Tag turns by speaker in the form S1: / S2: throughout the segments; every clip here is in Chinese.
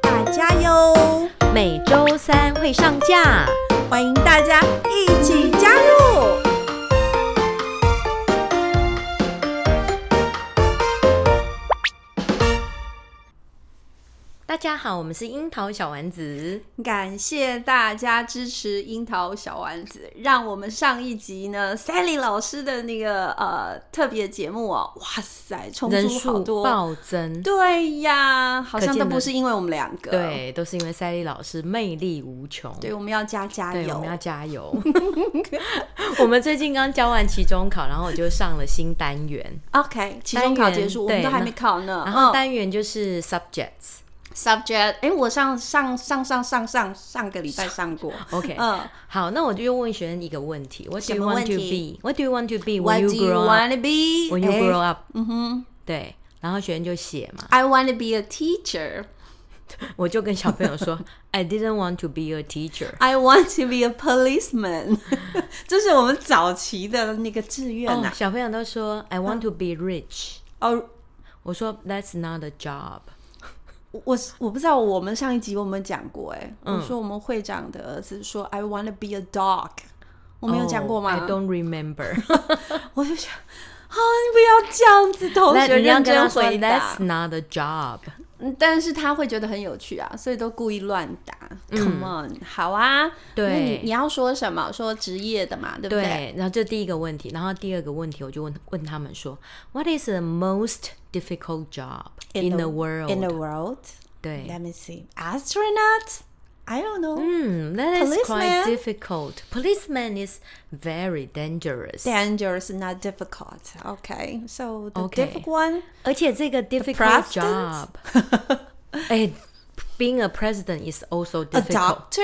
S1: 大家哟，
S2: 每周三会上架。
S1: 欢迎大家一起加入。
S2: 大家好，我们是樱桃小丸子。
S1: 感谢大家支持樱桃小丸子，让我们上一集呢，Sally 老师的那个呃特别节目哦，哇塞，冲
S2: 人
S1: 出好
S2: 数
S1: 多，
S2: 暴增，
S1: 对呀，好
S2: 可
S1: 像
S2: 见
S1: 都
S2: 呢
S1: 不是因为我们两个，，
S2: 对，都是因为赛莉老师魅力无穷。
S1: 对，我们要加加
S2: 对，我
S1: 油
S2: 们，要加油。 我们最近刚教完期中考，然后我就上了新单元，
S1: OK，期中考结束，我们
S2: 对
S1: 都还没考呢，
S2: 然后
S1: 嗯
S2: 单元就是 subjects。
S1: subject，哎，我上上上上上上上个礼拜上 过
S2: OK，
S1: 嗯
S2: 好，那我就又问学生一个问题：What do
S1: 什
S2: you
S1: 么
S2: want
S1: 问
S2: to
S1: 题
S2: be？What do you want to be
S1: ，What
S2: when you
S1: do you
S2: grow up？
S1: wanna be？
S2: When you grow
S1: 哎
S2: up？
S1: 嗯哼
S2: 对，然后学生就写嘛，
S1: ，I wanna be a teacher。
S2: 我就跟小朋友说 ：I didn't want to be a teacher。
S1: I want to be a policeman，这 是我们早期的那个志愿
S2: 哦
S1: 呐、，
S2: 小朋友都说 I want to be rich。
S1: 哦、
S2: 我说 That's not a job。
S1: 我我我不知道，我们上一集我们讲过、哎、
S2: 嗯
S1: 我说我们会长的儿子说 I want to be a dog，我没有讲过吗
S2: Oh,？I 哦 don't remember。
S1: 我就想啊，你不要这样子，同
S2: 那
S1: 学
S2: 你要
S1: 认
S2: 跟他
S1: 真
S2: 说
S1: 回答
S2: That's。not a job。
S1: 嗯但是他会觉得很有趣啊，所以都故意乱答。Come on，、好啊，
S2: 嗯对
S1: 那你你要说什么？说职业的嘛，对不对？
S2: 对，然后这第一个问题，然后第二个问题，我就问问他们说，What is the most difficult job in the world？
S1: in the world，
S2: 对，
S1: Let me see. Astronaut? I don't know.
S2: 嗯，That Hmm, is quite
S1: Policeman
S2: difficult. Policeman is very dangerous.
S1: Dangerous, not difficult. Okay. So the
S2: Okay.
S1: difficult one.
S2: 而且这个 difficult
S1: president？
S2: job，哎，being a president is also
S1: A
S2: difficult.
S1: doctor?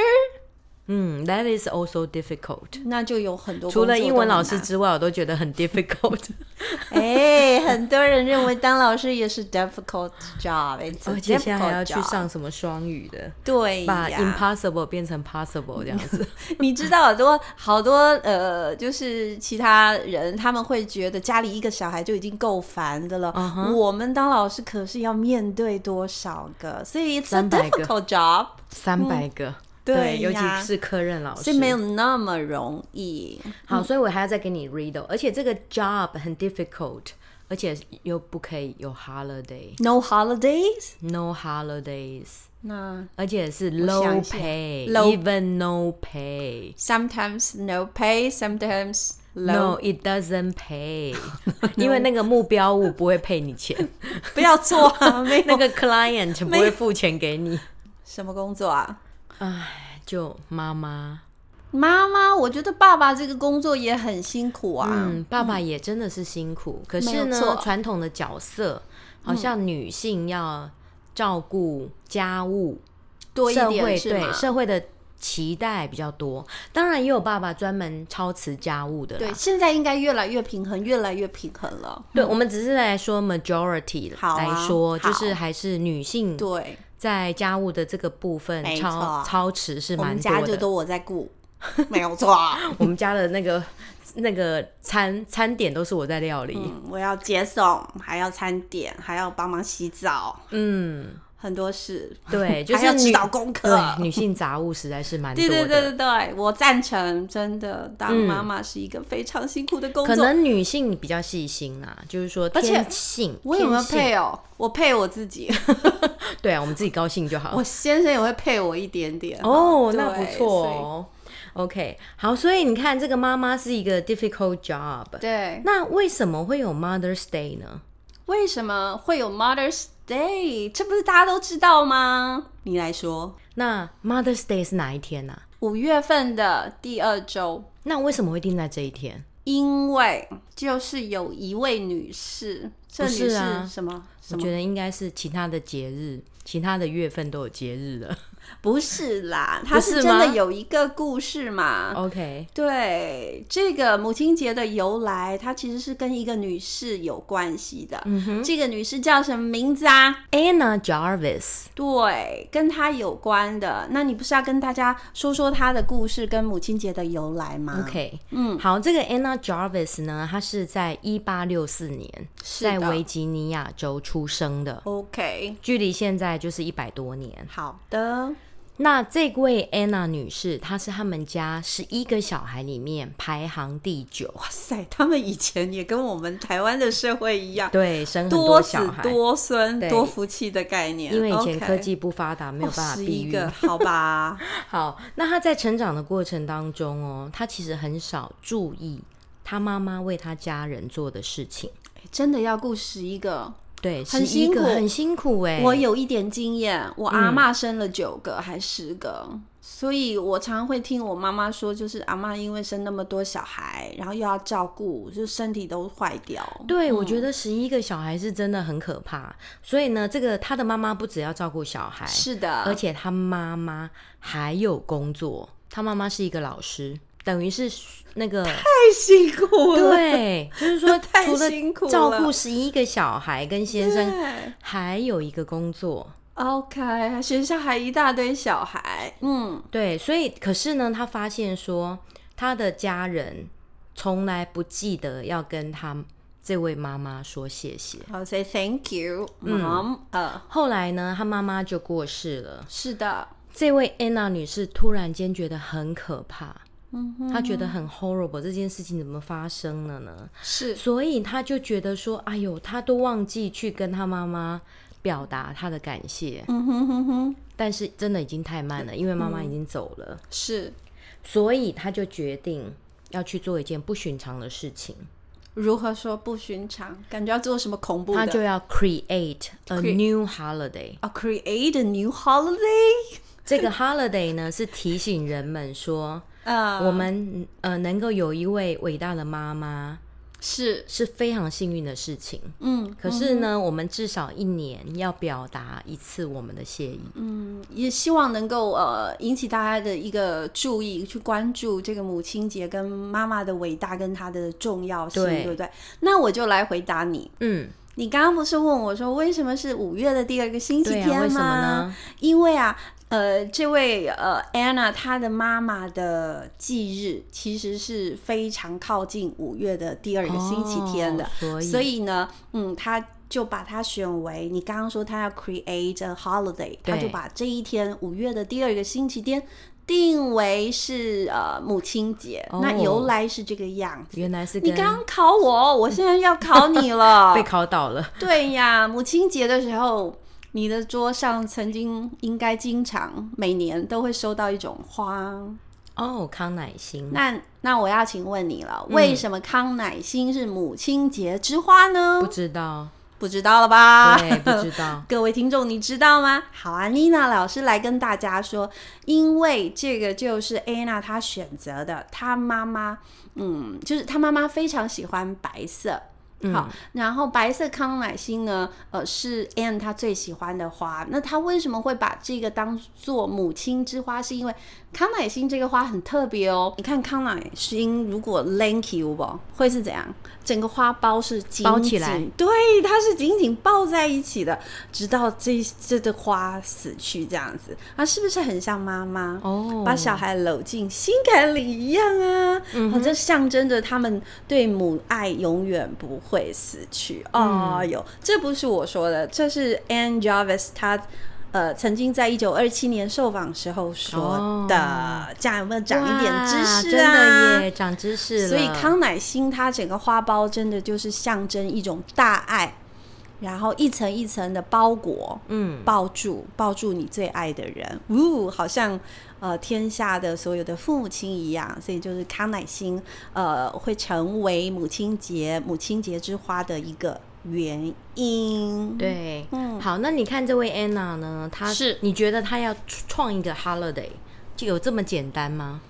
S2: 嗯，That is also difficult.
S1: 那就有很多
S2: 除了英文老师
S1: 工作
S2: 之外，我都觉得 很 difficult。
S1: 都很难， 哎，很多人认为当老师也是 difficult job，it's a
S2: 而且现在还要
S1: difficult
S2: 去
S1: job。
S2: 上什么双语的，
S1: 对
S2: 把
S1: 呀，
S2: impossible 变成 possible 这样 子。
S1: 你知道好多好多呃，就是其他人他们会觉得家里一个小孩就已经够烦的了
S2: 嗯哼
S1: 我们当老师可是要面对多少个，哦所以 it's a
S2: 300个
S1: difficult job。
S2: 三百个，
S1: 对
S2: 尤其
S1: 呀
S2: 是科任老
S1: 所
S2: 师
S1: 以，没有那么容易。
S2: 好，所以我还要再给你 read，哦而且这个 job 很 difficult，而且又不可以有 holiday，no
S1: No holidays，
S2: holidays，
S1: 那
S2: 而且是
S1: 想
S2: low
S1: 一下 low-
S2: pay，even no pay。
S1: sometimes no pay，sometimes
S2: No,
S1: low。
S2: it doesn't pay，因为那个目标物不会配你 钱，
S1: 不要做啊， 没
S2: 那
S1: 有
S2: 个 client 不会付钱给你。
S1: 什么工作啊。
S2: 唉，就妈妈，
S1: 妈妈，我觉得爸爸这个工作也很辛苦啊。
S2: 嗯，爸爸也真的是辛苦，可
S1: 嗯没
S2: 是
S1: 有
S2: 呢
S1: 错，
S2: 传统的角色好像女性要照顾家务，
S1: 多一
S2: 社会
S1: 点是吗
S2: 对？社会的期待比较多。当然也有爸爸专门操持家务的啦。
S1: 对，现在应该越来越平衡，越来越平衡了。
S2: 对，我们只是来说 majority
S1: 好啊
S2: 来
S1: 好
S2: 说，就是还是女性
S1: 对，
S2: 在家务的这个部分
S1: 没
S2: 操
S1: 错
S2: 操持是
S1: 我
S2: 蛮
S1: 们
S2: 多
S1: 家就
S2: 的。
S1: 都我在顾，没有错。
S2: 我们家的那个那个餐餐点都是我在料理。
S1: 嗯，我要接送，还要餐点，还要帮忙洗澡，
S2: 嗯，
S1: 很多事。
S2: 对，就
S1: 还要
S2: 是
S1: 指
S2: 女
S1: 导功课。
S2: 对，女性杂物实在是蛮多
S1: 对
S2: 的。
S1: 对对对对，我赞成，真的当妈妈是一个非常辛苦的工
S2: 可
S1: 作。
S2: 能女性比较细心啊，就是说
S1: 而且
S2: 天性，
S1: 我有没有
S2: 天性？
S1: 配哦？我配我自 己，
S2: 对啊，我们自己高兴就好。
S1: 我先生也会配我一点点。
S2: 哦，那
S1: 对
S2: 不错。哦。OK，好，所以你看，这个妈妈是一个 difficult job。
S1: 所以对，
S2: 那为什么会有 Mother's Day 呢？
S1: 为什么会有 Mother's Day？这不是大家都知道吗？你来说，
S2: 那 Mother's Day 是哪一天呢、
S1: 五月份的第二周，
S2: 那为什么会定在这一天？
S1: 因为就是有一位女士，这
S2: 不
S1: 女
S2: 是啊
S1: 士什么
S2: 我
S1: 什么？
S2: 觉得应该是其他的节日，其他的月份都有节日了。
S1: 不是啦，它
S2: 不
S1: 是
S2: 是
S1: 真
S2: 吗
S1: 的有一个故事嘛。
S2: OK，
S1: 对，这个母亲节的由来，它其实是跟一个女士有关系的。
S2: 嗯哼
S1: 这个女士叫什么名字啊？
S2: ，Anna Jarvis，
S1: 对，跟她有关的。那你不是要跟大家说说她的故事跟母亲节的由来吗
S2: OK，
S1: 嗯
S2: 嗯，好，这个 Anna Jarvis 呢，她是在一八六四年
S1: 是
S2: 在
S1: 的
S2: 维吉尼亚州出生的，
S1: ？OK，
S2: 距离现在就是一百多年。
S1: 好的，
S2: 那这位 Anna 女士，她是他们家十一个小孩里面排行第九，
S1: 哇塞，他们以前也跟我们台湾的社会一样，
S2: 对，生很
S1: 多
S2: 多
S1: 子
S2: 小孩，
S1: 多孙、
S2: 对
S1: 多福气的概念。
S2: 因为以前
S1: OK
S2: 科技不发达，没有
S1: 哦
S2: 办法
S1: 十
S2: 避
S1: 一
S2: 孕。
S1: 个，好吧？
S2: 好，那她在成长的过程当中哦，她其实很少注意她妈妈为她家人做的事情。
S1: 哎真的要顾十一个，
S2: 对，
S1: 很
S2: 是
S1: 辛
S2: 一个
S1: 苦
S2: 很辛苦哎、
S1: 我有一点经验，我阿嬷生了九个还十个，所以我常常会听我妈妈说，就是阿嬷因为生那么多小孩，然后又要照顾，就身体都坏掉。
S2: 对，我
S1: 嗯
S2: 觉得十一个小孩是真的很可怕。所以呢，这个她的妈妈不只要照顾小孩，
S1: 是啊的，
S2: 而且她妈妈还有工作。她妈妈是一个老师，等于是那个
S1: 太辛苦了，
S2: 对，就是说
S1: 太
S2: 除
S1: 辛苦
S2: 了
S1: 了
S2: 照顾十一个小孩跟先生，
S1: 对
S2: 还有一个工作。
S1: ，OK，学校还一大堆小孩，嗯，
S2: 对，所以可是呢，她发现说她的家人从来不记得要跟她这位妈妈说谢谢。
S1: 好，say thank you，mom，、呃，
S2: 后来呢，她妈妈就过世了。
S1: 是的，
S2: 这位安娜女士突然间觉得很可怕，
S1: 嗯哼，
S2: 她觉得很 horrible，这件事情怎么发生了呢？
S1: 是
S2: 所以她就觉得说，哎呦，她都忘记去跟她妈妈表达她的感谢，
S1: 嗯哼哼哼，
S2: 但是真的已经太慢了，因为妈妈已经走了，
S1: 是
S2: 所以她就决定要去做一件不寻常的事情，
S1: 如何说不寻常？感觉要做什么恐怖的？
S2: 她就要 create a new holiday。
S1: 啊，create a new holiday，
S2: 这个 holiday 呢，是提醒人们说，
S1: 呃，
S2: 我们呃能够有一位伟大的妈妈，
S1: 是，
S2: 是非常幸运的事情。
S1: 嗯，
S2: 可是呢，我们至少一年要表达一次我们的谢意。
S1: 也希望能够呃引起大家的一个注意，去关注这个母亲节跟妈妈的伟大跟她的重要性，对
S2: 对
S1: 不对？那我就来回答你。
S2: 嗯，
S1: 你刚刚不是问我说为什么是五月的第二个星期
S2: 对啊，为
S1: 天
S2: 什
S1: 吗？
S2: 么呢？
S1: 因为啊，呃，这位呃 Anna 她的妈妈的忌日其实是非常靠近五月的第二个星期天的，
S2: 哦所以
S1: 所以呢，嗯，她就把它选为你刚刚说她要 create a holiday，她就把这一天五月的第二个星期天。定为是呃母亲节
S2: 哦
S1: 那由来是这个样子。
S2: 原来是
S1: 你
S2: 跟
S1: 刚啊考我，我现在要考你了。
S2: 被考倒了。
S1: 对呀，母亲节的时候，你的桌上曾经应该经常每年都会收到一种花。
S2: 哦，康乃馨。
S1: 那那我要请问你
S2: 嗯
S1: 了，为什么康乃馨是母亲节之花呢？
S2: 不知道，
S1: 不知道了吧？。
S2: 对，不知道
S1: 各位听众，你知道吗？好啊，妮娜老师来跟大家说，因为这个就是安娜她选择的，她妈妈，嗯，就是她妈妈非常喜欢白色。
S2: 嗯
S1: 好，然后白色康乃馨呢，呃，是 Anne 她最喜欢的花。那她为什么会把这个当做母亲之花？是因为康乃馨这个花很特别哦。你看康乃馨如果 lanky 不会是怎样？整个花苞是紧
S2: 包起来
S1: 紧对，它是紧紧抱在一起的，直到这这朵花死去这样子，啊，是不是很像妈妈？
S2: 哦，
S1: 把小孩搂进心坎里一样啊，
S2: 嗯
S1: 好、这象征着他们对母爱永远不会死去。哦
S2: 嗯
S1: 哟，这不是我说的，这是 Anne Jarvis 她。呃，曾经在一九二七年受访时候说的，这样有没有长一点知识啊？
S2: 哦哇真的耶，长知识了。
S1: 所以康乃馨它整个花苞真的就是象征一种大爱，然后一层一层的包裹，
S2: 嗯，
S1: 抱住抱住你最爱的人，呜、好像呃天下的所有的父母亲一样，所以就是康乃馨呃会成为母亲节母亲节之花的一个原因。，
S2: 对，
S1: 嗯
S2: 好，那你看这位 Anna 呢？她
S1: 是
S2: 你觉得她要创一个 holiday 就有这么简单吗？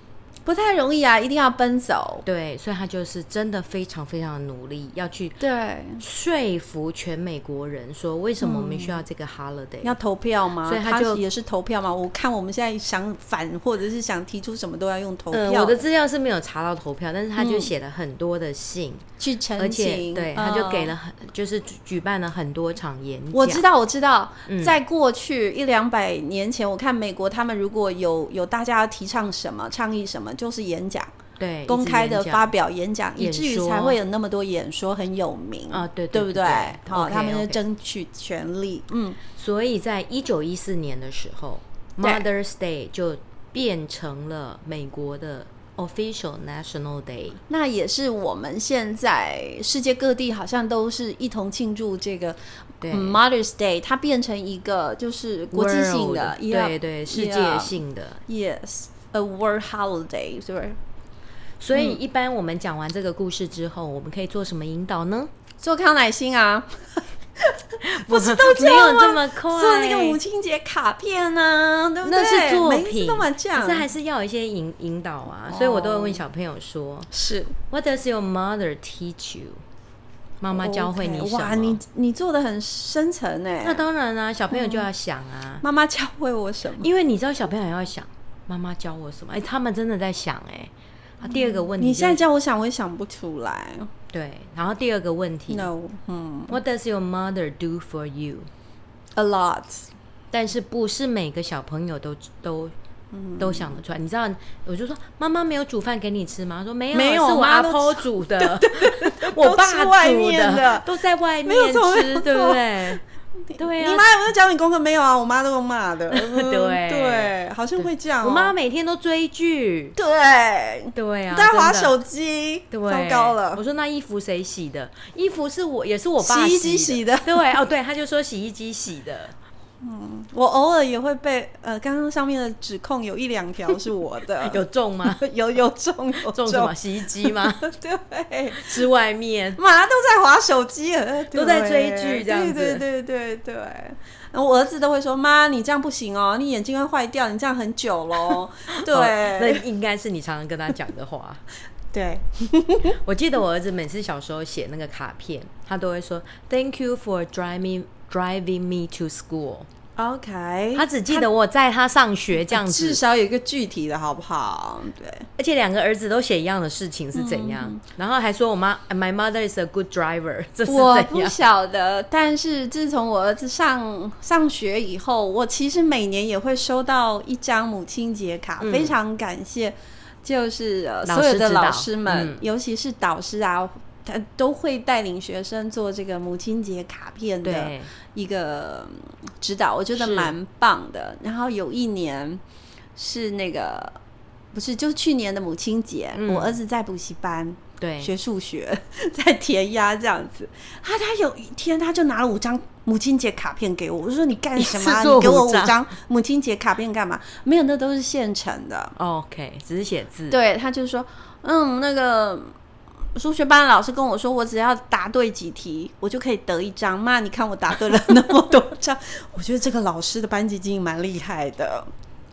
S1: 不太容易啊，一定要奔走。
S2: 对，所以他就是真的非常非常的努力，要去
S1: 对，
S2: 说服全美国人说为什么我们需要这个 holiday。
S1: 要投票吗？
S2: 所以他
S1: 他
S2: 就
S1: 也是投票嘛。我看我们现在想反或者是想提出什么都要用投
S2: 呃，
S1: 票，
S2: 我的资料是没有查到投票，但是他就写了很多的信，
S1: 去澄
S2: 而且
S1: 清。
S2: 对，
S1: 嗯
S2: 他就给了很，就是举举办了很多场演讲。
S1: 我知道，我知道，
S2: 嗯
S1: 在过去一两百年前，我看美国他们如果有有大家要提倡什么、倡议什么，就是演讲，
S2: 对，
S1: 公开
S2: 一
S1: 的
S2: 直演讲
S1: 发表演讲，以
S2: 演
S1: 至于
S2: 说
S1: 才会有那么多演说很有名
S2: 啊，对
S1: 对不
S2: 不
S1: 对？好、
S2: OK，
S1: 他们就
S2: OK
S1: 争取权利。嗯，
S2: 所以在一九一四年的时候
S1: 对
S2: ，Mother's Day 就变成了美国的 official national day。
S1: 那也是我们现在世界各地好像都是一同庆祝这个
S2: 对。
S1: 嗯 Mother's Day，它变成一个就是国际性的
S2: World，，对
S1: yeah，
S2: 对，世界
S1: yeah，
S2: 性的。
S1: 嗯，yes，a world holiday，对不对？
S2: 所以一般我们讲完这个故事之后，我们可以做什么引 导呢？
S1: 做康乃馨啊，
S2: 不知 道没有这么快，
S1: 做啊那个母亲节卡片啊，对不对？
S2: 那是作
S1: 每
S2: 品
S1: 次，都嘛这样，
S2: 可是还是要有一些引引导啊。
S1: 哦
S2: 所以我都会问小朋友说
S1: 是
S2: ：“What does your mother teach you？” 妈妈教会你
S1: OK，
S2: 什
S1: 哇，
S2: 么？
S1: 你你做的很深层哎、
S2: 那当然啊，小朋友就要想啊。
S1: 妈妈教会我什么？
S2: 因为你知道小朋友要想妈妈教我什么，哎、他们真的在想哎、啊，第二个问题
S1: 你
S2: 就是、
S1: 现在叫我想，我也想不出来。
S2: 对，然后第二个问题
S1: No，嗯
S2: w h a t does your mother do for you？
S1: ，a lot，
S2: 但是不是每个小朋友都都。
S1: 嗯
S2: 都想得出来，你知道？我就说妈妈没有煮饭给你吃吗？她说没有，啊
S1: 没有
S2: 是我
S1: 妈
S2: 阿
S1: 都
S2: 婆煮的，我
S1: 都
S2: 爸
S1: 吃外
S2: 煮
S1: 面的
S2: 都在外面
S1: 没有错没
S2: 吃，
S1: 有
S2: 对不
S1: 错
S2: 对？对啊
S1: 你，妈有没有教你功课？没有啊，我妈都用骂 的。嗯
S2: 对
S1: 对，好像会这样哦、
S2: 我妈每天都追剧，
S1: 对，
S2: 对啊，
S1: 在划
S2: 真的
S1: 手机，
S2: 对，
S1: 糟糕了
S2: 我。说那衣服谁洗的？衣服是我，也是我爸
S1: 洗衣机洗的
S2: 对，哦，对，他就说洗衣机洗的。
S1: 我偶尔也会被呃，刚刚上面的指控有一两条是我的，
S2: 有中吗？
S1: 有有中有
S2: 中什么？洗衣机吗？
S1: 对，
S2: 吃外面。
S1: 妈都在划手机，呃
S2: 都在追剧这样子
S1: 对对对对对。然后我儿子都会说：“妈，你这样不行哦，你眼睛会坏掉，你这样很久喽。”
S2: 哦
S1: 对
S2: 那应该是你常常跟他讲的话。
S1: 对，
S2: 我记得我儿子每次小时候写那个卡片，他都会说 “Thank you for driving driving me to school”。
S1: OK，
S2: 他只记得我载他上学这样
S1: 至
S2: 子，
S1: 少有一个具体的好不好？对，
S2: 而且两个儿子都写一样的事情是怎
S1: 嗯
S2: 样，然后还说我妈 “My mother is a good driver”，这是
S1: 我
S2: 怎
S1: 不
S2: 样？
S1: 晓得，但是自从我儿子上上学以后，我其实每年也会收到一张母亲节卡，非常感谢，就是、呃、
S2: 嗯老师
S1: 所有的
S2: 指导
S1: 老师们，
S2: 嗯
S1: 尤其是导师啊。他都会带领学生做这个母亲节卡片的
S2: 对。
S1: 一个嗯指导，我觉得
S2: 是
S1: 蛮棒的。然后有一年是那个不是，就是去年的母亲节，
S2: 嗯
S1: 我儿子在补习班
S2: 对，
S1: 学数学， 在填鸭这样子。啊，他有一天他就拿了五张母亲节卡片给我，我说你干什么啊、
S2: 一次做
S1: 你给我
S2: 五
S1: 五
S2: 张
S1: 张母亲节卡片干嘛？没有，那都是现成的。
S2: OK，只是写字。
S1: 对，他就说，嗯，那个数学班老师跟我说，我只要答对几题，我就可以得一张。妈，你看我答对了那么多张， 我觉得这个老师的班级经营蛮厉害的。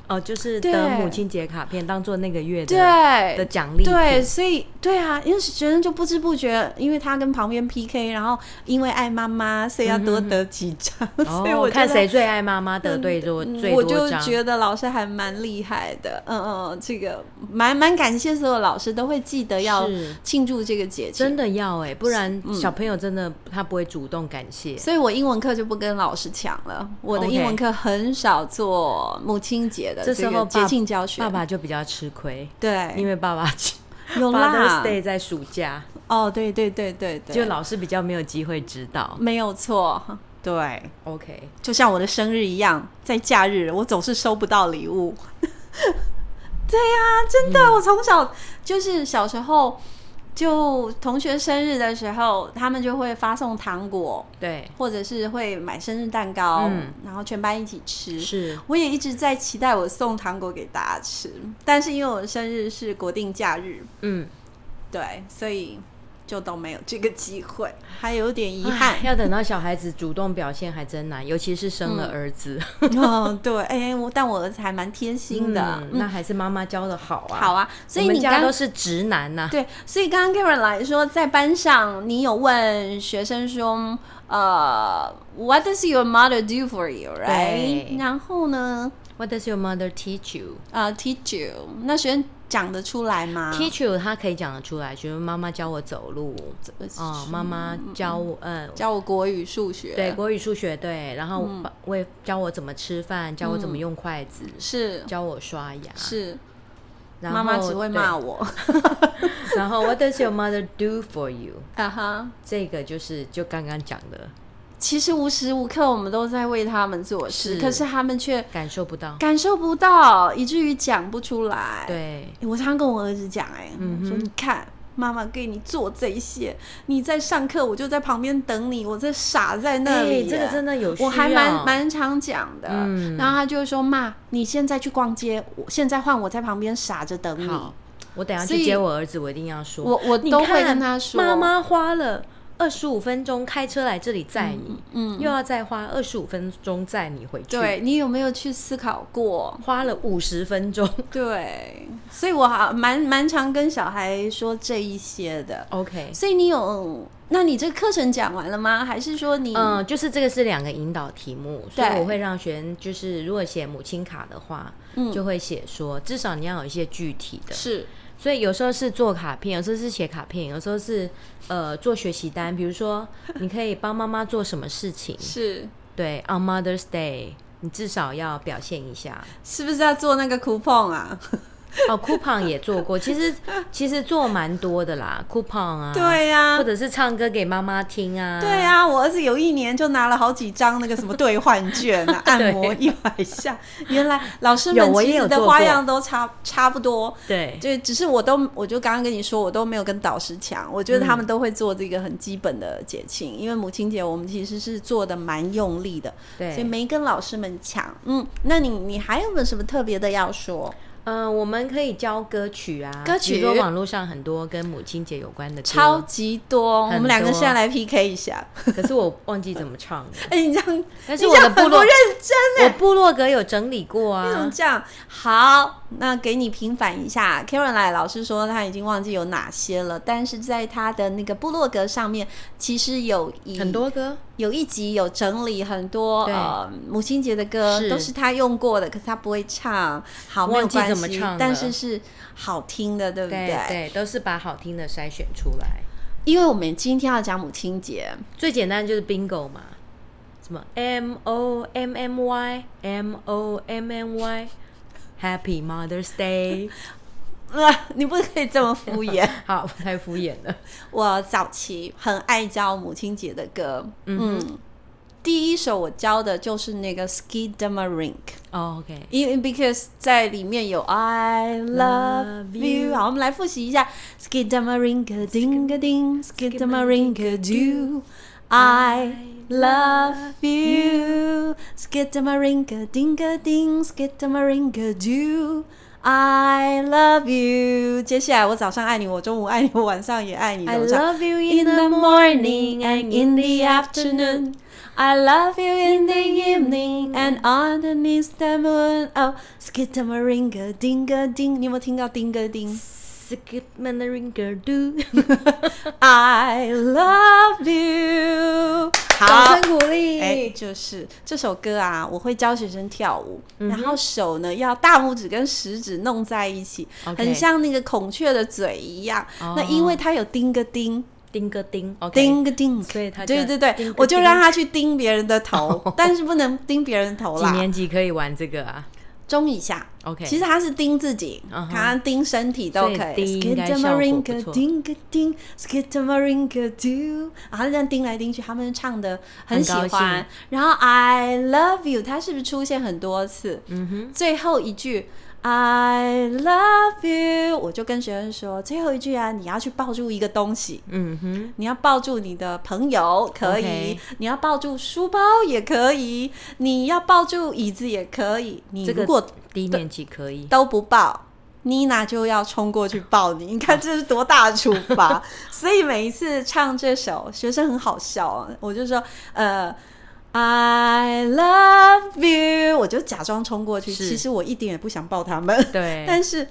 S2: 哦，就是
S1: 对
S2: 得母亲节卡片当做那个月的的
S1: 对。
S2: 奖励品。
S1: 对，所以对啊，因为学生就不知不觉，因为他跟旁边 PK，然后因为爱妈妈，所以要
S2: 嗯
S1: 多得几张。所以
S2: 哦，
S1: 我
S2: 我
S1: 觉
S2: 看
S1: 得
S2: 谁最爱妈妈得对多
S1: 嗯
S2: 最
S1: 我
S2: 多
S1: 就
S2: 张。
S1: 觉得老师还蛮厉害的，嗯嗯，嗯这个蛮蛮感谢所有老师都会记得要
S2: 是
S1: 庆祝这个节庆
S2: 真。的要哎、不然
S1: 嗯
S2: 小朋友真的他不会主动感谢。
S1: 所以我英文课就不跟老师抢了，我的
S2: OK
S1: 英文课很少做母亲节的
S2: 这时候
S1: 个节
S2: 爸
S1: 庆教学。
S2: 爸爸就比较吃亏，因
S1: 对，
S2: 为爸 爸
S1: 有
S2: Father's
S1: 啦，
S2: Day 在暑假，
S1: 哦，对对对对对，
S2: 就老师比较没有机会指导。
S1: 没有错，对，
S2: OK，
S1: 就像我的生日一样，在假日我总是收不到礼 物。对呀、真
S2: 嗯
S1: 的，我从小就是小时候，就同学生日的时候，他们就会发送糖果，
S2: 对，
S1: 或者是会买生日蛋糕，
S2: 嗯
S1: 然后全班一起吃。
S2: 是
S1: 我也一直在期待我送糖果给大家吃，但是因为我的生日是国定假日，
S2: 嗯，
S1: 对，所以就都没有这个机会，还有点遗憾
S2: 唉。要等到小孩子主动表现还真难，尤其是
S1: 嗯
S2: 生了儿子。
S1: 哦，对，哎、我但我儿子还蛮贴心的。
S2: 嗯那还是妈妈教的好啊。
S1: 好，啊，所以
S2: 我
S1: 你
S2: 们家
S1: 刚
S2: 都是直男啊呐、
S1: 对，所以刚刚 Caroline 说，在班上你有问学生说，呃，What does your mother do for you, right？
S2: 对
S1: 然后呢，
S2: What does your mother teach you？、
S1: 呃，teach you，那学生讲得出来吗
S2: teach you，他可以讲得出来，就是妈妈教我走路，哦，妈妈教我，呃，
S1: 呃教我国语、数学，
S2: 对，，国语、数学，对，然后
S1: 嗯
S2: 把为教我怎么吃饭，教我怎么用筷子，
S1: 是
S2: 教我刷牙，
S1: 是，
S2: 然后
S1: 妈妈只会骂
S2: 我。
S1: 我，
S2: 然后 What does your mother do for you？
S1: 啊哈。
S2: 这个就是就刚刚讲的，
S1: 其实无时无刻我们都在为他们做事，
S2: 是
S1: 可是他们却
S2: 感受不到。
S1: 感受不到，以至于讲不出来。
S2: 对，
S1: 欸我常常跟我儿子讲、哎、
S2: 嗯
S1: 我说你看，妈妈给你做这些，你在上课，我就在旁边等你，我在傻在那里、
S2: 哎这个真的有需
S1: 我还
S2: 要
S1: 蛮蛮常讲的。
S2: 嗯
S1: 然后他就会说：“妈，你现在去逛街，我现在换我在旁边傻着等你。
S2: 好，我等下
S1: 所以
S2: 去接我儿子，我一定要说，
S1: 我我
S2: 你
S1: 都会
S2: 看
S1: 跟他说
S2: 妈妈花了。二十五分钟开车来这里载你，
S1: 嗯
S2: 又要再花二十五分钟载你回去，
S1: 对，你有没有去思考过？
S2: 花了五十分 钟。
S1: 对，所以我还蛮蛮常跟小孩说这一些的。
S2: OK，
S1: 所以你有，那你这个课程讲完了吗？还是说你、
S2: 嗯、就是这个是两个引导题目，所以
S1: 对
S2: 我会让学生就是如果写母亲卡的话，
S1: 嗯
S2: 就会写说至少你要有一些具体的，
S1: 是
S2: 所以有时候是做卡片，有时候是写卡片，有时候是呃做学习单，比如说你可以帮妈妈做什么事情，
S1: 是
S2: 对，On Mother's Day，你至少要表现一下。
S1: 是不是要做那个 coupon 啊？
S2: 哦，coupon 也做过，其实其实做蛮多的啦，coupon 啊，、
S1: 对呀、
S2: 或者是唱歌给妈妈听啊，
S1: 对呀、我儿子有一年就拿了好几张那个什么兑换券 啊，按摩一百下。 原来老师
S2: 有
S1: 们
S2: 我也
S1: 其实
S2: 有
S1: 的
S2: 做
S1: 花
S2: 过
S1: 样都差差不多，
S2: 对
S1: 就只是我都我就刚刚跟你说，我都没有跟导师抢，我觉得他们都会做这个很基本的节庆，因为母亲节我们其实是做的蛮用力的，所以
S2: 对，
S1: 没跟老师们抢。嗯，那你你还有没有什么特别的要说？
S2: 嗯、我们可以教歌曲啊，
S1: 歌曲
S2: 比如说网络上很多跟母亲节有关的歌，
S1: 超，级多，我
S2: 很
S1: 们两个
S2: 多
S1: 现在来 PK 一下。
S2: 可是我忘记怎么唱了，
S1: 哎、你这样，
S2: 但
S1: 你
S2: 是
S1: 这
S2: 我的
S1: 样
S2: 部
S1: 很
S2: 落
S1: 不认 真。
S2: 我部落格有整理过
S1: 为什么
S2: 啊，
S1: 这样？好，那给你平反一下。Caroline 老师说他已经忘记有哪些了，但是在他的那个部落格上面，其实有一
S2: 很多歌，
S1: 有一集有整理很多
S2: 对
S1: 呃母亲节的歌，
S2: 是
S1: 都是他用过的，可是他不会唱，好没有
S2: 忘记
S1: 关
S2: 怎么
S1: 系
S2: 唱，
S1: 但
S2: 了
S1: 是是好听的，对不
S2: 对对，都是把好听的筛选出来。
S1: 因为我们今天要讲母亲节，
S2: 最简单就是 bingo 嘛，什么 M O M M Y M O M M Y Happy Mother's Day。
S1: 呃，你不可以这么敷衍。
S2: 好，我太敷衍了。
S1: 我早期很爱教母亲节的歌，嗯第一首我教的就是那个 Ski d a m a Rink，
S2: 哦 OK，
S1: 因为 because 在里面有 I love
S2: Love
S1: you。
S2: you
S1: 好，我们来复习一下 Ski d a m a Rink a ding a ding Ski d a m a Rink a do。I love you, skidamarinka dinga ding, skidamarinka do. I love you。接下来我早上爱你，我中午爱你，我晚上也爱你。
S2: I
S1: 怎么唱
S2: love you
S1: in
S2: in
S1: the
S2: the
S1: morning
S2: morning
S1: and
S2: and
S1: in
S2: in
S1: the
S2: the
S1: afternoon.
S2: afternoon.
S1: I love you in the evening and underneath the moon. Oh, skidamaringa, dinga ding. 你有没有听到 dinga ding？
S2: Skip and ringer do。
S1: I love you。
S2: 掌声鼓励。
S1: 哎，就是这首歌啊，我会教学生跳舞，
S2: 嗯
S1: 然后手呢要大拇指跟食指弄在一起
S2: OK
S1: 很像那个孔雀的嘴一样。
S2: 哦
S1: 那因为它有叮个叮，
S2: 叮个叮，OK，
S1: 叮个叮，
S2: 所以它叫
S1: 对对对
S2: 叮，个
S1: 我就
S2: 叮
S1: 让他去叮别人的头， 但是不能叮别人头
S2: 几
S1: 啦，
S2: 年级可以玩这个啊
S1: 中以下。
S2: ？OK，
S1: 其实他是盯自己，
S2: 嗯哼
S1: 他盯身体都可
S2: 所以
S1: 以。
S2: 盯应该效果不
S1: Skidamarinka
S2: 错
S1: 盯个盯，Skidamarinka do，然后这样盯来盯去，他们唱的很
S2: 很
S1: 喜
S2: 高
S1: 欢
S2: 兴。
S1: 然后 I love you，它是不是出现很多次？嗯哼，最后一句。I love you，我就跟学生说，最后一句啊，你要去抱住一个东西，
S2: 嗯哼，
S1: 你要抱住你的朋友可以
S2: OK
S1: 你要抱住书包也可以，你要抱住椅子也可以，你
S2: 这个
S1: 如果
S2: 低年级可以。
S1: 都不抱，妮娜就要冲过去抱 你。你看这是多大的处罚！ 所以每一次唱这首，学生很好笑啊，我就说呃。I love you，我就假装冲过去，
S2: 是
S1: 其实我一点也不想抱他们。
S2: 对，
S1: 但是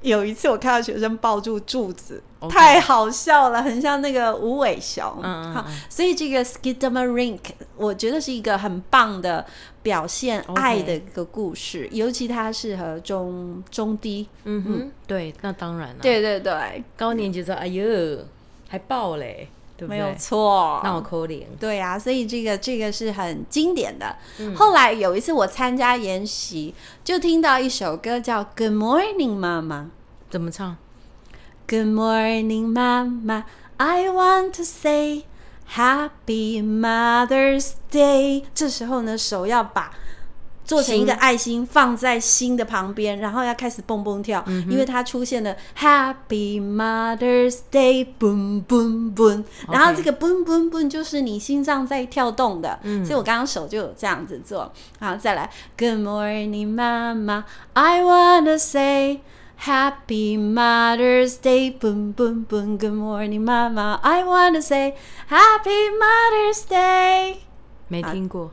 S1: 有一次我看到学生抱住柱子
S2: OK
S1: 太好笑了，很像那个无尾熊。
S2: 嗯嗯
S1: 好
S2: 嗯，
S1: 所以这个 Skidamarink 我觉得是一个很棒的表现
S2: OK
S1: 爱的一个故事尤其它适合中中低。
S2: 嗯哼，对，那当然了、，
S1: 对对对，
S2: 高年级说，哎呦，还爆嘞，对不
S1: 没
S2: 对？
S1: 有错。
S2: 那我扣零，
S1: 对啊，所以这个这个是很经典的。
S2: 嗯
S1: 后来有一次我参加研习，就听到一首歌叫《Good Morning 妈妈》。
S2: 怎么唱？
S1: Good morning, Mama. I want to say Happy Mother's Day。这时候呢，手要把做成一个
S2: 心
S1: 爱心放在心的旁边，然后要开始蹦蹦跳，因为它出现了 Happy Mother's Day boom boom boom。然后这个 boom boom boom 就是你心脏在跳动的，所以我刚刚手就有这样子做。好，再来，Good morning, Mama. I wanna say。Happy Mother's Day, boom boom boom. Good morning, Mama. I wanna say Happy Mother's Day.
S2: 没听过，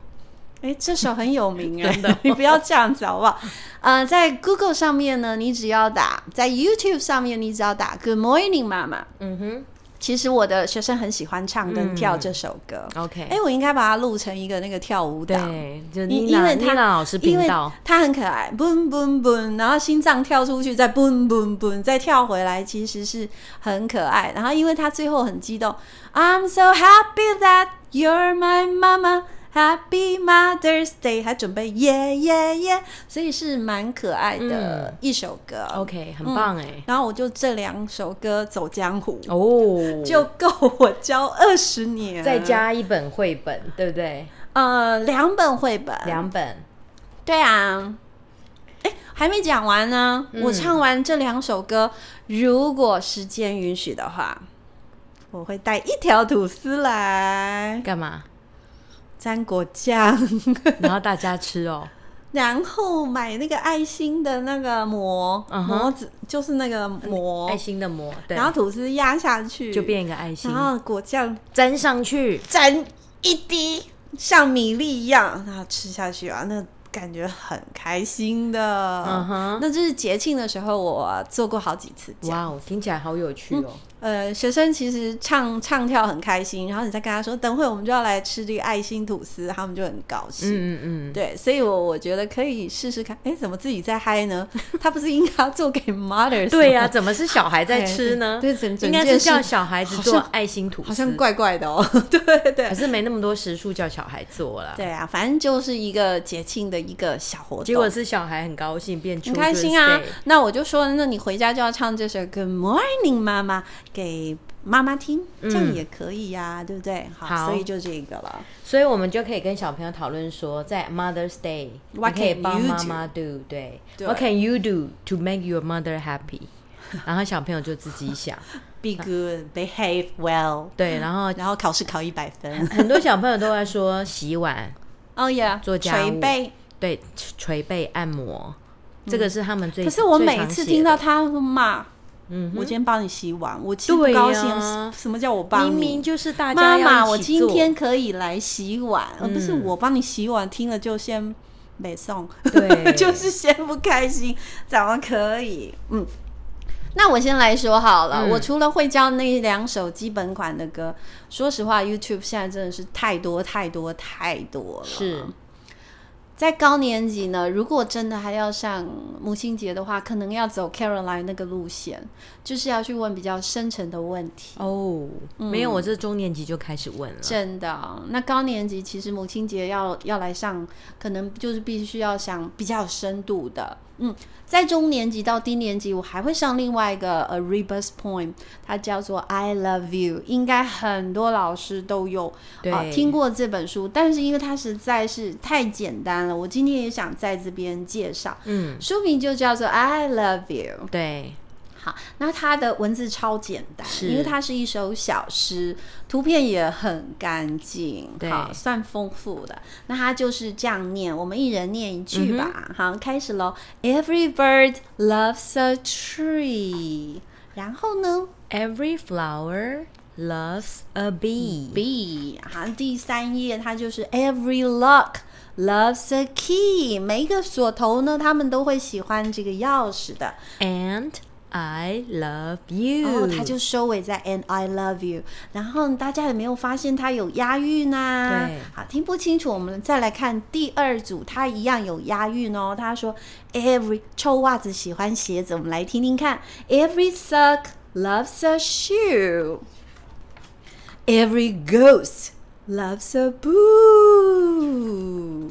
S1: 哎，这首很有名啊
S2: 真的，
S1: 你不要这样子好不好？呃，在 Google 上面呢，你只要打；在 YouTube 上面，你只要打 Good Morning, Mama。
S2: 嗯哼
S1: 其实我的学生很喜欢唱跟跳这首歌。
S2: ，OK，
S1: 哎、我应该把它录成一个那个跳舞蹈。
S2: 对，就
S1: 因
S2: 妮
S1: 因
S2: 娜
S1: 为
S2: 妮
S1: 他
S2: 娜老师
S1: 因
S2: 频
S1: 为
S2: 道，
S1: 他很可爱，boom boom boom，然后心脏跳出去，再 boom boom boom，再跳回来，其实是很可爱。然后因为他最后很激动，I'm so happy that you're my mama。Happy Mother's Day，还准备耶耶耶，所以是蛮可爱
S2: 嗯
S1: 的一首歌。
S2: OK，很
S1: 嗯
S2: 棒哎、
S1: 然后我就这两首歌走江湖，
S2: 哦，
S1: 就够我教二十年。
S2: 再加一本绘本，对不对？
S1: 呃两本绘本，
S2: 两本，
S1: 对啊，哎，还没讲完呢。
S2: 嗯
S1: 我唱完这两首歌，如果时间允许的话，我会带一条吐司来
S2: 干 嘛？
S1: 沾果酱，
S2: 然后大家吃哦，
S1: 然后买那个爱心的那个膜、
S2: 嗯哼
S1: 膜子，就是那个膜
S2: 爱，心的膜，对，
S1: 然后吐司压下去
S2: 就，变一个爱心
S1: 然，后果酱
S2: 粘上去，
S1: 沾一滴，像米粒一样，然后吃下去啊，那感觉很开心的。
S2: 嗯哼
S1: 那这是节庆的时候，我做过好几次这样。
S2: 哇哦，听起来好有趣哦。
S1: 呃，学生其实唱唱跳很开心，然后你再跟他说，等会我们就要来吃这个爱心吐司，他们就很高兴。
S2: 嗯嗯嗯，
S1: 对，所以我我觉得可以试试看。哎，怎么自己在嗨呢？ 他不是应该要做给 mothers？
S2: 对呀、
S1: 吗
S2: 怎么是小孩在吃
S1: 啊
S2: 呢？
S1: 哎对对整整
S2: 应该
S1: 件
S2: 是
S1: 事
S2: 叫小孩子
S1: 好
S2: 做
S1: 像
S2: 爱心吐司，
S1: 好像怪怪的哦。 对对
S2: 可是没那么多时数叫小孩做了。
S1: 对啊，反正就是一个节庆的一个小活动。
S2: 结果是小孩很高兴，变
S1: 很
S2: 很
S1: 开心啊！那我就说，那你回家就要唱这首《Good Morning 妈妈》给妈妈听，这样也可以呀、对不对？好，
S2: 嗯好
S1: 所以就这个了。
S2: 所以我们就可以跟小朋友讨论说，在 Mother's Day，你
S1: What
S2: 可以
S1: can
S2: 帮
S1: you
S2: 妈妈 do 对
S1: 对
S2: ，What can you do to make your mother happy？然后小朋友就自己想，
S1: Be good, behave well，
S2: 对，然后
S1: 然后考试考一百分。
S2: 很多小朋友都在说洗碗，
S1: 哦呀，
S2: 做家
S1: 捶
S2: 务
S1: 背。
S2: 对，捶背按摩，这个是他们最。
S1: 嗯可是我
S2: 最
S1: 每
S2: 常
S1: 次
S2: 写
S1: 听
S2: 的
S1: 到他骂，
S2: 嗯
S1: 我今天帮你洗碗，我其实不
S2: 对呀
S1: 高兴。什么叫我帮你？
S2: 明明就是大家
S1: 妈
S2: 要
S1: 妈，
S2: 一
S1: 我
S2: 起
S1: 今
S2: 做
S1: 天可以来洗碗，而不是我帮你洗碗。听了就先没送，
S2: 对
S1: 就是先不开心，怎么可以？嗯，那我先来说好了。我除了会教那两首基本款的歌，说实话，YouTube 现在真的是太多太多太多了。
S2: 是
S1: 在高年级呢，如果真的还要上母亲节的话，可能要走 Caroline 那个路线，就是要去问比较深层的问题。
S2: 哦，
S1: 嗯
S2: 没有，我这中年级就开始问了。
S1: 真的哦，那高年级其实母亲节要要来上，可能就是必须要想比较有深度的。嗯，在中年级到低年级，我还会上另外一个呃 rebus poem，它叫做 I love you，应该很多老师都有
S2: 对
S1: 啊听过这本书，但是因为它实在是太简单了，我今天也想在这边介绍，
S2: 嗯，
S1: 书名就叫做 I love you。
S2: 对，
S1: 好，那它的文字超简单，
S2: 是
S1: 因为它是一首小诗，图片也很干净，
S2: 对
S1: 好，算丰富的。那它就是这样念，我们一人念一句
S2: 嗯
S1: 吧。好，开始喽。Every bird loves a tree。然后呢
S2: Every flower loves a bee。
S1: ，B，好，第三页它就是 Every lock loves a key。每一个锁头呢，他们都会喜欢这个钥匙的。
S2: And I love you。
S1: 然后他哦就收尾在 And I love you。然后大家有没有发现它有押韵呢、啊
S2: 对
S1: 好，听不清楚，我们再来看第二组，它一样有押韵哦。他说 Every 臭袜子喜欢鞋子，我们来听听看。Every sock loves a shoe。Every ghost loves a boo.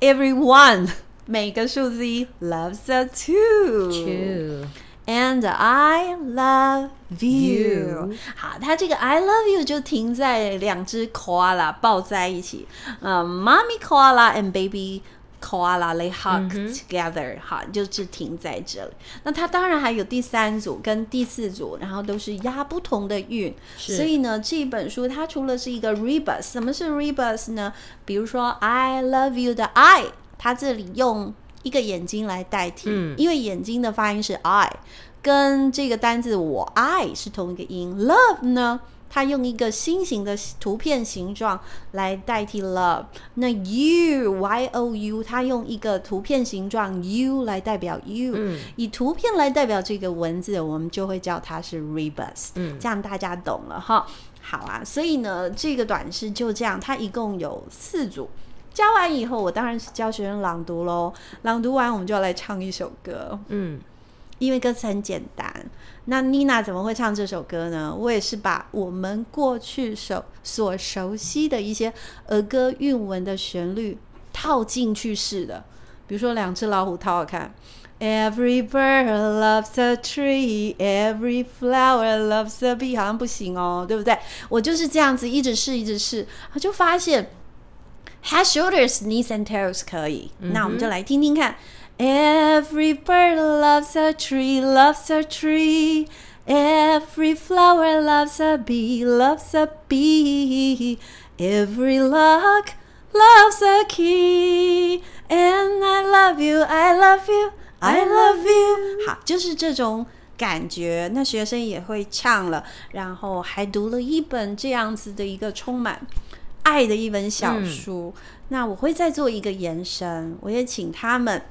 S1: Every one 每个数字一 loves a two。
S2: Two
S1: And I love you
S2: You。
S1: 好，它这个 I love you 就停在两只 koala 抱在一起，呃、m o m m y koala and baby koala they hug
S2: Mm-hmm.
S1: together、好，就是停在这里。那它当然还有第三组跟第四组，然后都是押不同的韵。
S2: 是
S1: 所以呢，这本书它除了是一个 rebus，什么是 rebus 呢？比如说 I love you 的 I，它这里用一个眼睛来代替，因为眼睛的发音是 I，跟这个单字我爱是同一个音。Love 呢，它用一个心形的图片形状来代替 love。那 you y o u，它用一个图片形状 u 来代表 you，、以图片来代表这个文字，我们就会叫它是 rebus。嗯，这样大家懂了哈。好啊，所以呢，这个短诗就这样，它一共有四组。教完以后，我当然是教学生朗读喽。朗读完，我们就要来唱一首歌。
S2: 嗯，
S1: 因为歌词很简单。那妮娜怎么会唱这首歌呢？我也是把我们过去熟所熟悉的一些儿歌韵文的旋律套进去试的。比如说《两只老虎》，好好看。Every bird loves a tree, every flower loves a bee，好像不行哦，对不对？我就是这样子一直试，一直试，我就发现 head, shoulders, knees and toes 可以。那我们就来听听看。Every bird loves a tree, loves a tree. Every flower loves a bee, loves a bee. Every lock loves a key. And I love you, I love you, I love you. 好，就是这种感觉，那学生也会唱了，然后还读了一本这样子的一个充满爱的一本小
S2: 嗯
S1: 书。那我会再做一个延伸，我也请他们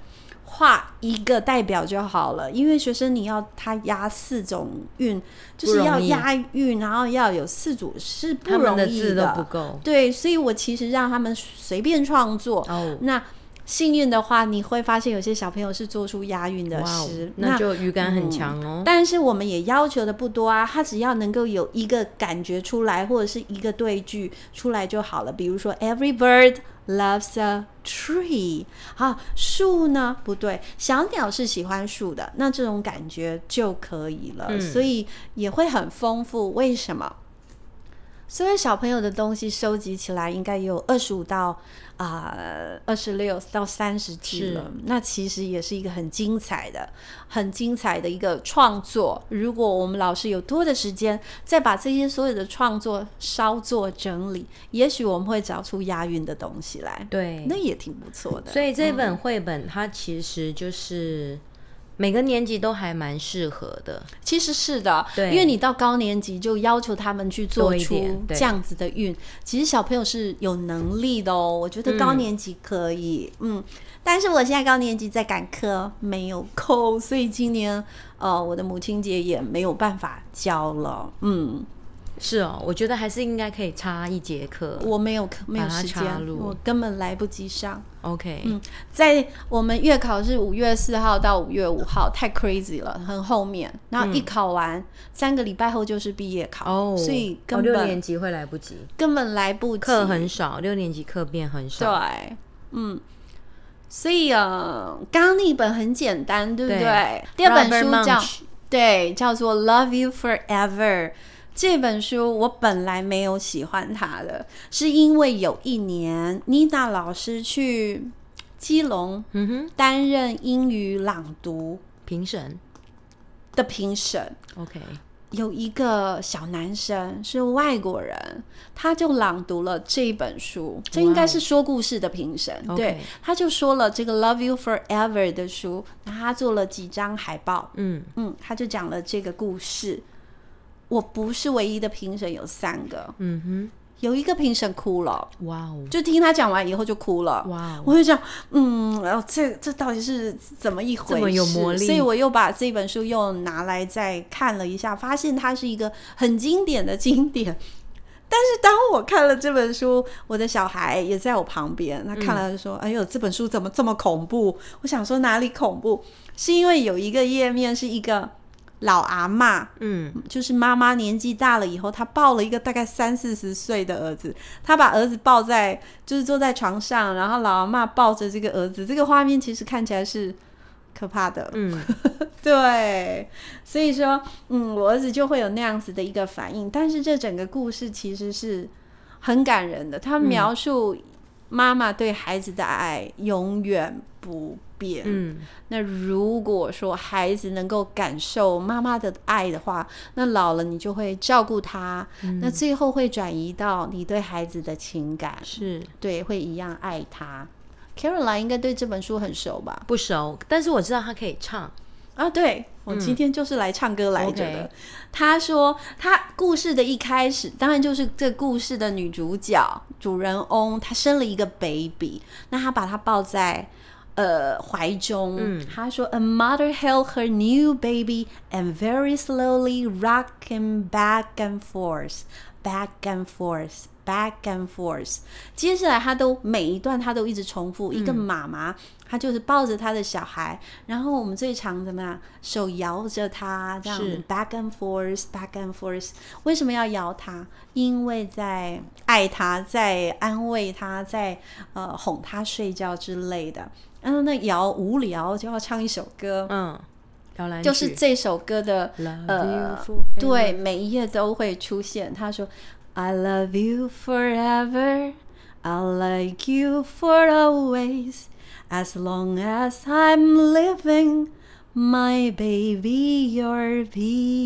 S1: 画一个代表就好了，因为学生你要他押四种韵，就是要
S2: 不容易
S1: 押韵，然后要有四组是不
S2: 他们
S1: 容
S2: 的
S1: 易
S2: 字都不够。
S1: 对，所以我其实让他们随便创作。
S2: 哦
S1: 那幸运的话，你会发现有些小朋友是做出押韵的
S2: 哇哦
S1: 诗，，嗯
S2: 那就语感很强哦。
S1: 但是我们也要求的不多啊，他只要能够有一个感觉出来，或者是一个对句出来就好了。比如说，Every bird loves a tree。好，树呢不对，小鸟是喜欢树的，那这种感觉就可以了，所以也会很丰富。为什么？所以小朋友的东西收集起来，应该也有二十五到啊二十六到三十集了。那其实也是一个很精彩的、很精彩的一个创作。如果我们老师有多的时间，再把这些所有的创作稍作整理，也许我们会找出押韵的东西来，
S2: 对
S1: 那，也挺不错的。
S2: 所以这本绘本它其实就是每个年级都还蛮适合的。
S1: 其实是的，
S2: 对
S1: 因为你到高年级就要求他们去做
S2: 多一
S1: 出
S2: 点对
S1: 这样子的运，其实小朋友是有能力的哦。我觉得高年级可以，嗯但是我现在高年级在赶课，没有空，所以今年呃我的母亲节也没有办法教了，嗯，
S2: 是哦，我觉得还是应该可以插一节课。
S1: 我没有没有
S2: 把它
S1: 时间
S2: 插，入
S1: 我根本来不及上。
S2: OK，、
S1: 嗯在我们月考是五月四号到五月五号，太 crazy 了，很后面。然后一考完，三个礼拜后就是毕业考，
S2: 哦，
S1: 所以根
S2: 哦六
S1: 本
S2: 年级会来不及，
S1: 根本来不及。
S2: 课很少，六年级课变很
S1: 对哦
S2: 少。，
S1: 嗯，所以呃，刚刚那一本很简单，对不对？
S2: 对
S1: 第二本
S2: Robert
S1: 书叫
S2: Munch
S1: 对，叫做《Love You Forever》。这本书我本来没有喜欢它的，是因为有一年妮娜老师去基隆
S2: 嗯哼，
S1: 担任英语朗读
S2: 评审
S1: 的评审，
S2: OK，
S1: 有一个小男生是外国人，他就朗读了这一本书，这应该是说故事的评审。
S2: 哦 OK
S1: 对，他就说了这个《Love You Forever》的书，那他做了几张海报，
S2: 嗯，
S1: 嗯，他就讲了这个故事。我不是唯一的评审，有三个，
S2: 嗯
S1: 有一个评审哭了，
S2: 哼，哇哦，
S1: 就听他讲完以后就哭了。
S2: 哇哦，
S1: 我就想，嗯，然后这这到底是怎么一回事？
S2: 这么有魔力
S1: 所以我又把这本书又拿来再看了一下，发现它是一个很经典的经典。但是当我看了这本书，我的小孩也在我旁边，他看
S2: 嗯
S1: 了就说：“哎呦，这本书怎么这么恐怖？”我想说哪里恐怖，是因为有一个页面是一个老阿嬷，
S2: 嗯，
S1: 就是妈妈年纪大了以后，她抱了一个大概三四十岁的儿子，她把儿子抱在，就是坐在床上，然后老阿妈抱着这个儿子，这个画面其实看起来是可怕的，
S2: 嗯，
S1: 对，所以说，嗯，我儿子就会有那样子的一个反应，但是这整个故事其实是很感人的，他描述妈妈对孩子的爱永远不变，
S2: 嗯，
S1: 那如果说孩子能够感受妈妈的爱的话，那老了你就会照顾他，那最后会转移到你对孩子的情感，
S2: 是
S1: 对，会一样爱他。Caroline 应该对这本书很熟吧？
S2: 不熟，但是我知道他可以唱，
S1: 啊，对我今天就是来唱歌来着的。
S2: OK
S1: 他说，他故事的一开始，当然就是这故事的女主角主人翁，她生了一个 baby，那她把她抱在。呃，怀中，她说，A mother held her new baby and very slowly rocked him back and forth, back and forth, back and forth。接下来，她都每一段她都一直重复，一个妈妈，她就是抱着她的小孩，然后我们最常怎么样，手摇着她，这样子
S2: 是
S1: back and forth, back and forth。为什么要摇他？因为在爱他，在安慰他，在呃哄他睡觉之类的。嗯，那摇无聊就要唱一首歌，
S2: 嗯，摇篮
S1: 就是
S2: 曲
S1: 这首歌的
S2: Love
S1: 呃
S2: you forever，
S1: 对，每一页都会出现。他说：“I love you forever, I'll like you for always, as long as I'm living, my baby, you'll be。”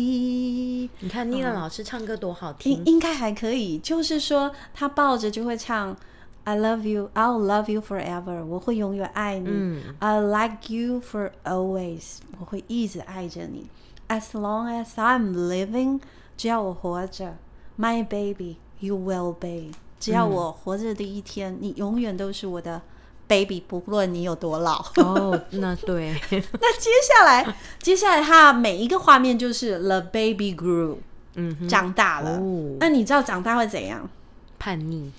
S2: 你看妮娜老师唱歌多好听
S1: 应，应该还可以，就是说他抱着就会唱 I love you, I'll love you forever，我会永远爱你、i
S2: 嗯
S1: like you for always，我会一直爱着你，As long as I'm living，只要我活着，My baby, you will be，只
S2: 嗯
S1: 要我活着的一天，你永远都是我的 baby，不论你有多老。
S2: 哦，那对，
S1: 那接下来，接下来他每一个画面就是 The baby grew，
S2: 嗯哼，
S1: 长大了。
S2: 哦
S1: 那你知道长大会怎样？
S2: 叛逆，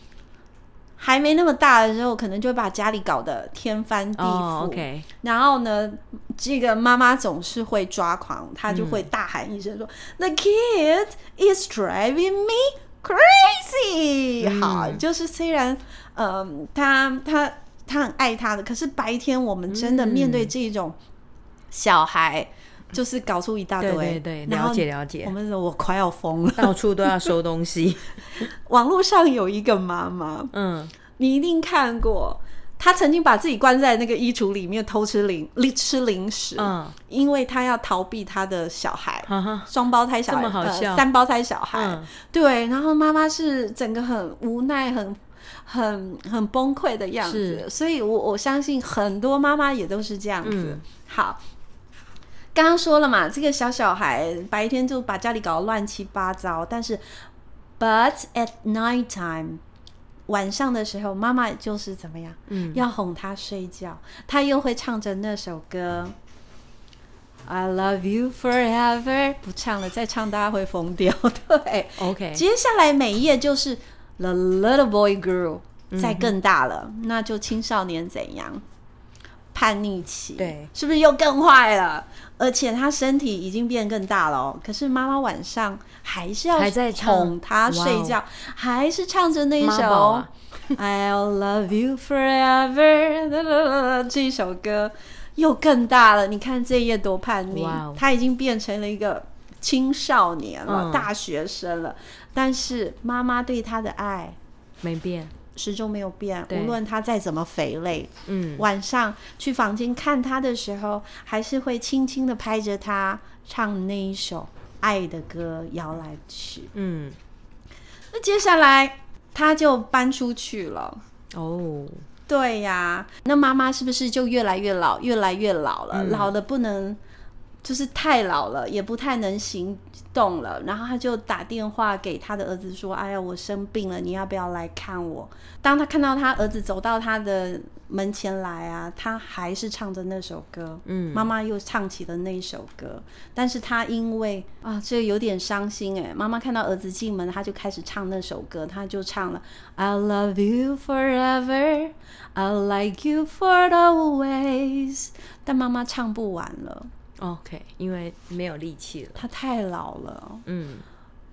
S1: 还没那么大的时候，可能就会把家里搞得天翻地覆。
S2: 哦，OK，
S1: 然后呢，这个妈妈总是会抓狂，她就会大喊一声说、t
S2: 嗯
S1: h e kid is driving me crazy、好，
S2: 嗯
S1: 就是虽然，嗯、她她她很爱她的，可是白天我们真的面对这种小孩，就是搞出一大堆。
S2: 嗯对对对，
S1: 然后
S2: 了解了
S1: 我
S2: 解，
S1: 们我快要疯了。
S2: 到处都要收东西，
S1: 网络上有一个妈妈，
S2: 嗯，
S1: 你一定看过，他曾经把自己关在那个衣橱里面偷吃零零吃零食，
S2: 嗯
S1: 因为他要逃避他的小孩，
S2: 哈哈，
S1: 双胞胎小孩，
S2: 嗯这么好笑
S1: 呃、三胞胎小孩，
S2: 嗯
S1: 对，然后妈妈是整个很无奈，很。很很崩溃的样子，
S2: 是
S1: 所以我我相信很多妈妈也都是这样子。
S2: 嗯
S1: 好，刚刚说了嘛，这个小小孩白天就把家里搞得乱七八糟，但是 but at night time 晚上的时候，妈妈就是怎么样，
S2: 嗯
S1: 要哄他睡觉，他又会唱着那首歌。I love you forever，不唱了，再唱大家会疯掉。 对，
S2: ，OK，
S1: 接下来每一页就是 The little boy grew，再
S2: 嗯
S1: 更大了，那就青少年怎样？叛逆期，
S2: 对，
S1: 是不是又更坏了？而且他身体已经变更大了、哦，可是妈妈晚上还是要
S2: 还在唱哦
S1: 哄他睡觉，还是唱着那一
S2: 妈
S1: 首、
S2: 宝啊
S1: I'll love you forever 哒哒哒哒这一首歌又更大了。你看这一页多叛逆
S2: 哇哦
S1: 他已经变成了一个青少年了，
S2: 嗯
S1: 大学生了。但是妈妈对他的爱
S2: 没变，
S1: 始终没有变，
S2: 对
S1: 无论他再怎么肥累，
S2: 嗯，
S1: 晚上去房间看他的时候，还是会轻轻的拍着他唱那一首爱的歌《摇来曲》。
S2: 嗯，
S1: 那接下来他就搬出去了。
S2: 哦，
S1: 对呀、那妈妈是不是就越来越老，越来越老了？
S2: 嗯
S1: 老的不能，就是太老了，也不太能行动了。然后他就打电话给他的儿子说：“哎呀，我生病了，你要不要来看我？”当他看到他儿子走到他的门前来啊，他还是唱着那首歌。
S2: 嗯，
S1: 妈妈又唱起了那首歌，但是他因为啊，这有点伤心哎。妈妈看到儿子进门，他就开始唱那首歌，他就唱了 "I love you forever, I like you for always"，但妈妈唱不完了，
S2: OK，因为没有力气了。
S1: 她太老了。
S2: 嗯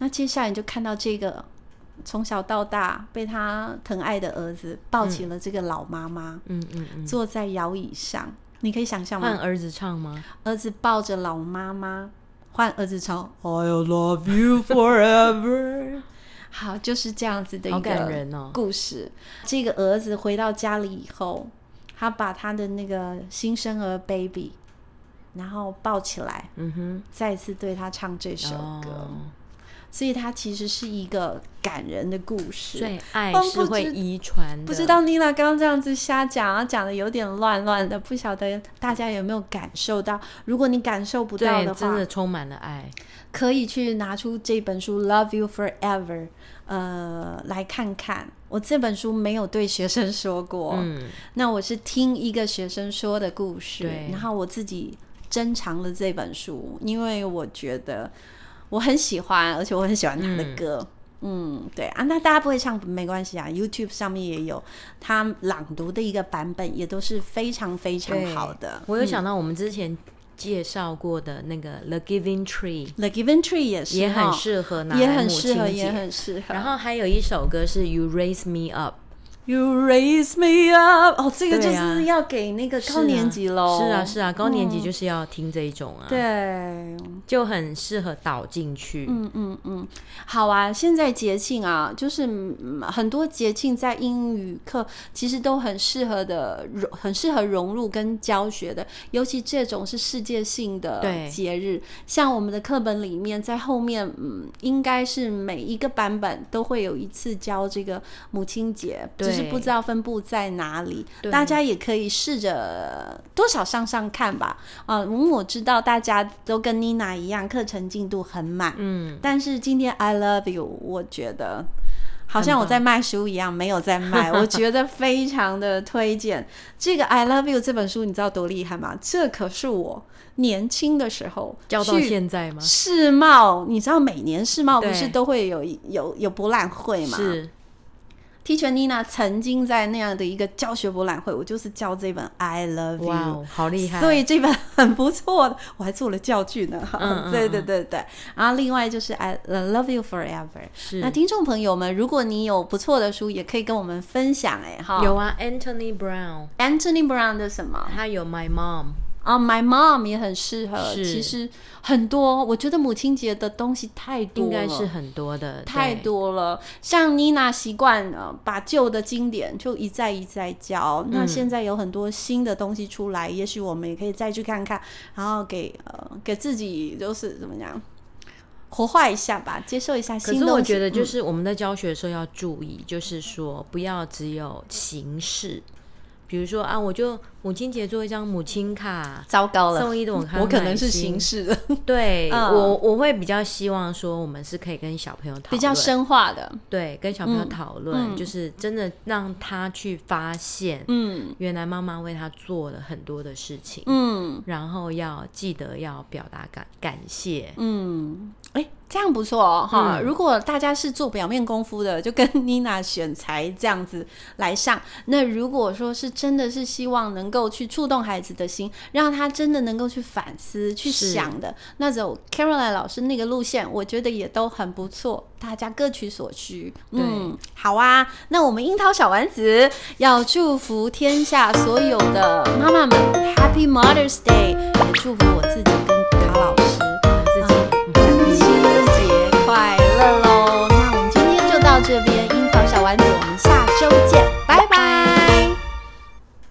S1: 那接下来你就看到这个从小到大被他疼爱的儿子抱起了这个老妈妈，
S2: 嗯嗯嗯，
S1: 坐在摇椅上，你可以想象吗
S2: 换？儿子唱吗？
S1: 儿子抱着老妈妈，换儿子唱 "I'll love you forever"，好，就是这样子的一
S2: 好感
S1: 个
S2: 人哦。
S1: 故事。这个儿子回到家里以后，他把他的那个新生儿 baby，然后抱起来，
S2: 嗯哼，
S1: 再次对他唱这首歌，
S2: 哦
S1: 所以它其实是一个感人的故事。
S2: 所以爱
S1: 哦
S2: 是
S1: 不
S2: 会
S1: 知
S2: 遗传的。
S1: 不知道妮娜刚刚这样子瞎讲，啊，讲的有点乱乱的，不晓得大家有没有感受到？如果你感受不到
S2: 对
S1: 的，话
S2: 真，的充满了爱。
S1: 可以去拿出这本书《Love You Forever》呃来看看。我这本书没有对学生说过，
S2: 嗯，
S1: 那我是听一个学生说的故事
S2: 对，
S1: 然后我自己珍藏了这本书，因为我觉得我很喜欢，而且我很喜欢他的歌。嗯对啊，那大家不会唱没关系啊，YouTube 上面也有他朗读的一个版本，也都是非常非常
S2: 对
S1: 好的。
S2: 我有想到我们之前介绍过的那个《The Giving Tree》，
S1: The Given Tree 也是
S2: 也很
S1: 哦
S2: 适合拿
S1: 也
S2: 来
S1: 很
S2: 母
S1: 适合，
S2: 亲
S1: 也
S2: 节
S1: 很适合。
S2: 然后还有一首歌是《You Raise Me Up》，
S1: You raise me up，哦，这个就
S2: 对啊
S1: 是要给那个高年级喽、
S2: 是啊是啊，高年级就是要听这一种啊，
S1: 对，，
S2: 就很适合导进去。
S1: 嗯嗯嗯，好啊。现在节庆啊，就是、嗯很多节庆在英语课其实都很适合的融，很适合融入跟教学的，尤其这种是世界性的
S2: 对
S1: 节日，像我们的课本里面，在后面嗯，应该是每一个版本都会有一次教这个母亲节，只是
S2: 对
S1: 不知道分布在哪里。
S2: 对
S1: 大家也可以试着多少上上看吧。啊、嗯，我知道大家都跟妮娜一样，课程进度很满。
S2: 嗯，
S1: 但是今天 I love you，我觉得好像我在卖书一样，没有在 卖。我觉得非常的推荐这个 I love you 这本书，你知道多厉害吗？这可是我年轻的时候
S2: 教到
S1: 去
S2: 现在吗？
S1: 世贸，你知道每年世贸不
S2: 对
S1: 是都会有有有博览会嘛？
S2: 是，
S1: Teacher Nina 曾经在那样的一个教学博览会，我就是教这本《I Love You》。
S2: 哇哦，好厉害！
S1: 所以这本很不错的，我还做了教具呢。
S2: 嗯嗯
S1: 对对对对，然后另外就是 I love you forever。
S2: 是
S1: 那听众朋友们，如果你有不错的书，也可以跟我们分享哎哈。
S2: 有啊，Anthony Brown，
S1: Anthony Brown 的什么
S2: 他有 My Mom，
S1: 啊、m y Mom 也很适合。
S2: 是
S1: 其实很多，我觉得母亲节的东西太多
S2: 应
S1: 了，
S2: 该是很多的，
S1: 太
S2: 对。
S1: 多了。像妮娜习惯呃，把旧的经典就一再一再教。那
S2: 嗯
S1: 现在有很多新的东西出来，也许我们也可以再去看看，然后给呃给自己就是怎么样，活化一下吧，接受一下
S2: 可
S1: 新
S2: 是
S1: 东西。
S2: 我觉得，就
S1: 嗯
S2: 是我们在教学的时候要注意，就是说不要只有形式，比如说啊，我就母亲节做一张母亲卡，
S1: 糟糕了，嗯
S2: 送一朵康
S1: 我可能
S2: 乃
S1: 是
S2: 馨
S1: 形式的，
S2: 对、
S1: 嗯
S2: 我我会比较希望说，我们是可以跟小朋友讨论，
S1: 比较深化的。
S2: 对，跟小朋友讨论，
S1: 嗯
S2: 就是真的让他去发现，
S1: 嗯
S2: 原来妈妈为他做了很多的事情，
S1: 嗯
S2: 然后要记得要表达感感谢，
S1: 嗯，哎、这样不错哦，哈、
S2: 嗯
S1: 如果大家是做表面功夫的，就跟妮娜选材这样子来上。那如果说是真的是希望能够去触动孩子的心，让他真的能够去反思、去
S2: 是
S1: 想的，那走 Caroline 老师那个路线，我觉得也都很不错。大家各取所需，嗯，好啊。那我们樱桃小丸子要祝福天下所有的妈妈们 Happy Mother's Day，也祝福我自己跟卡老师。
S2: 自己、
S1: 母亲节快乐喽！那我们今天就到这边，樱桃小丸子，我们下周见。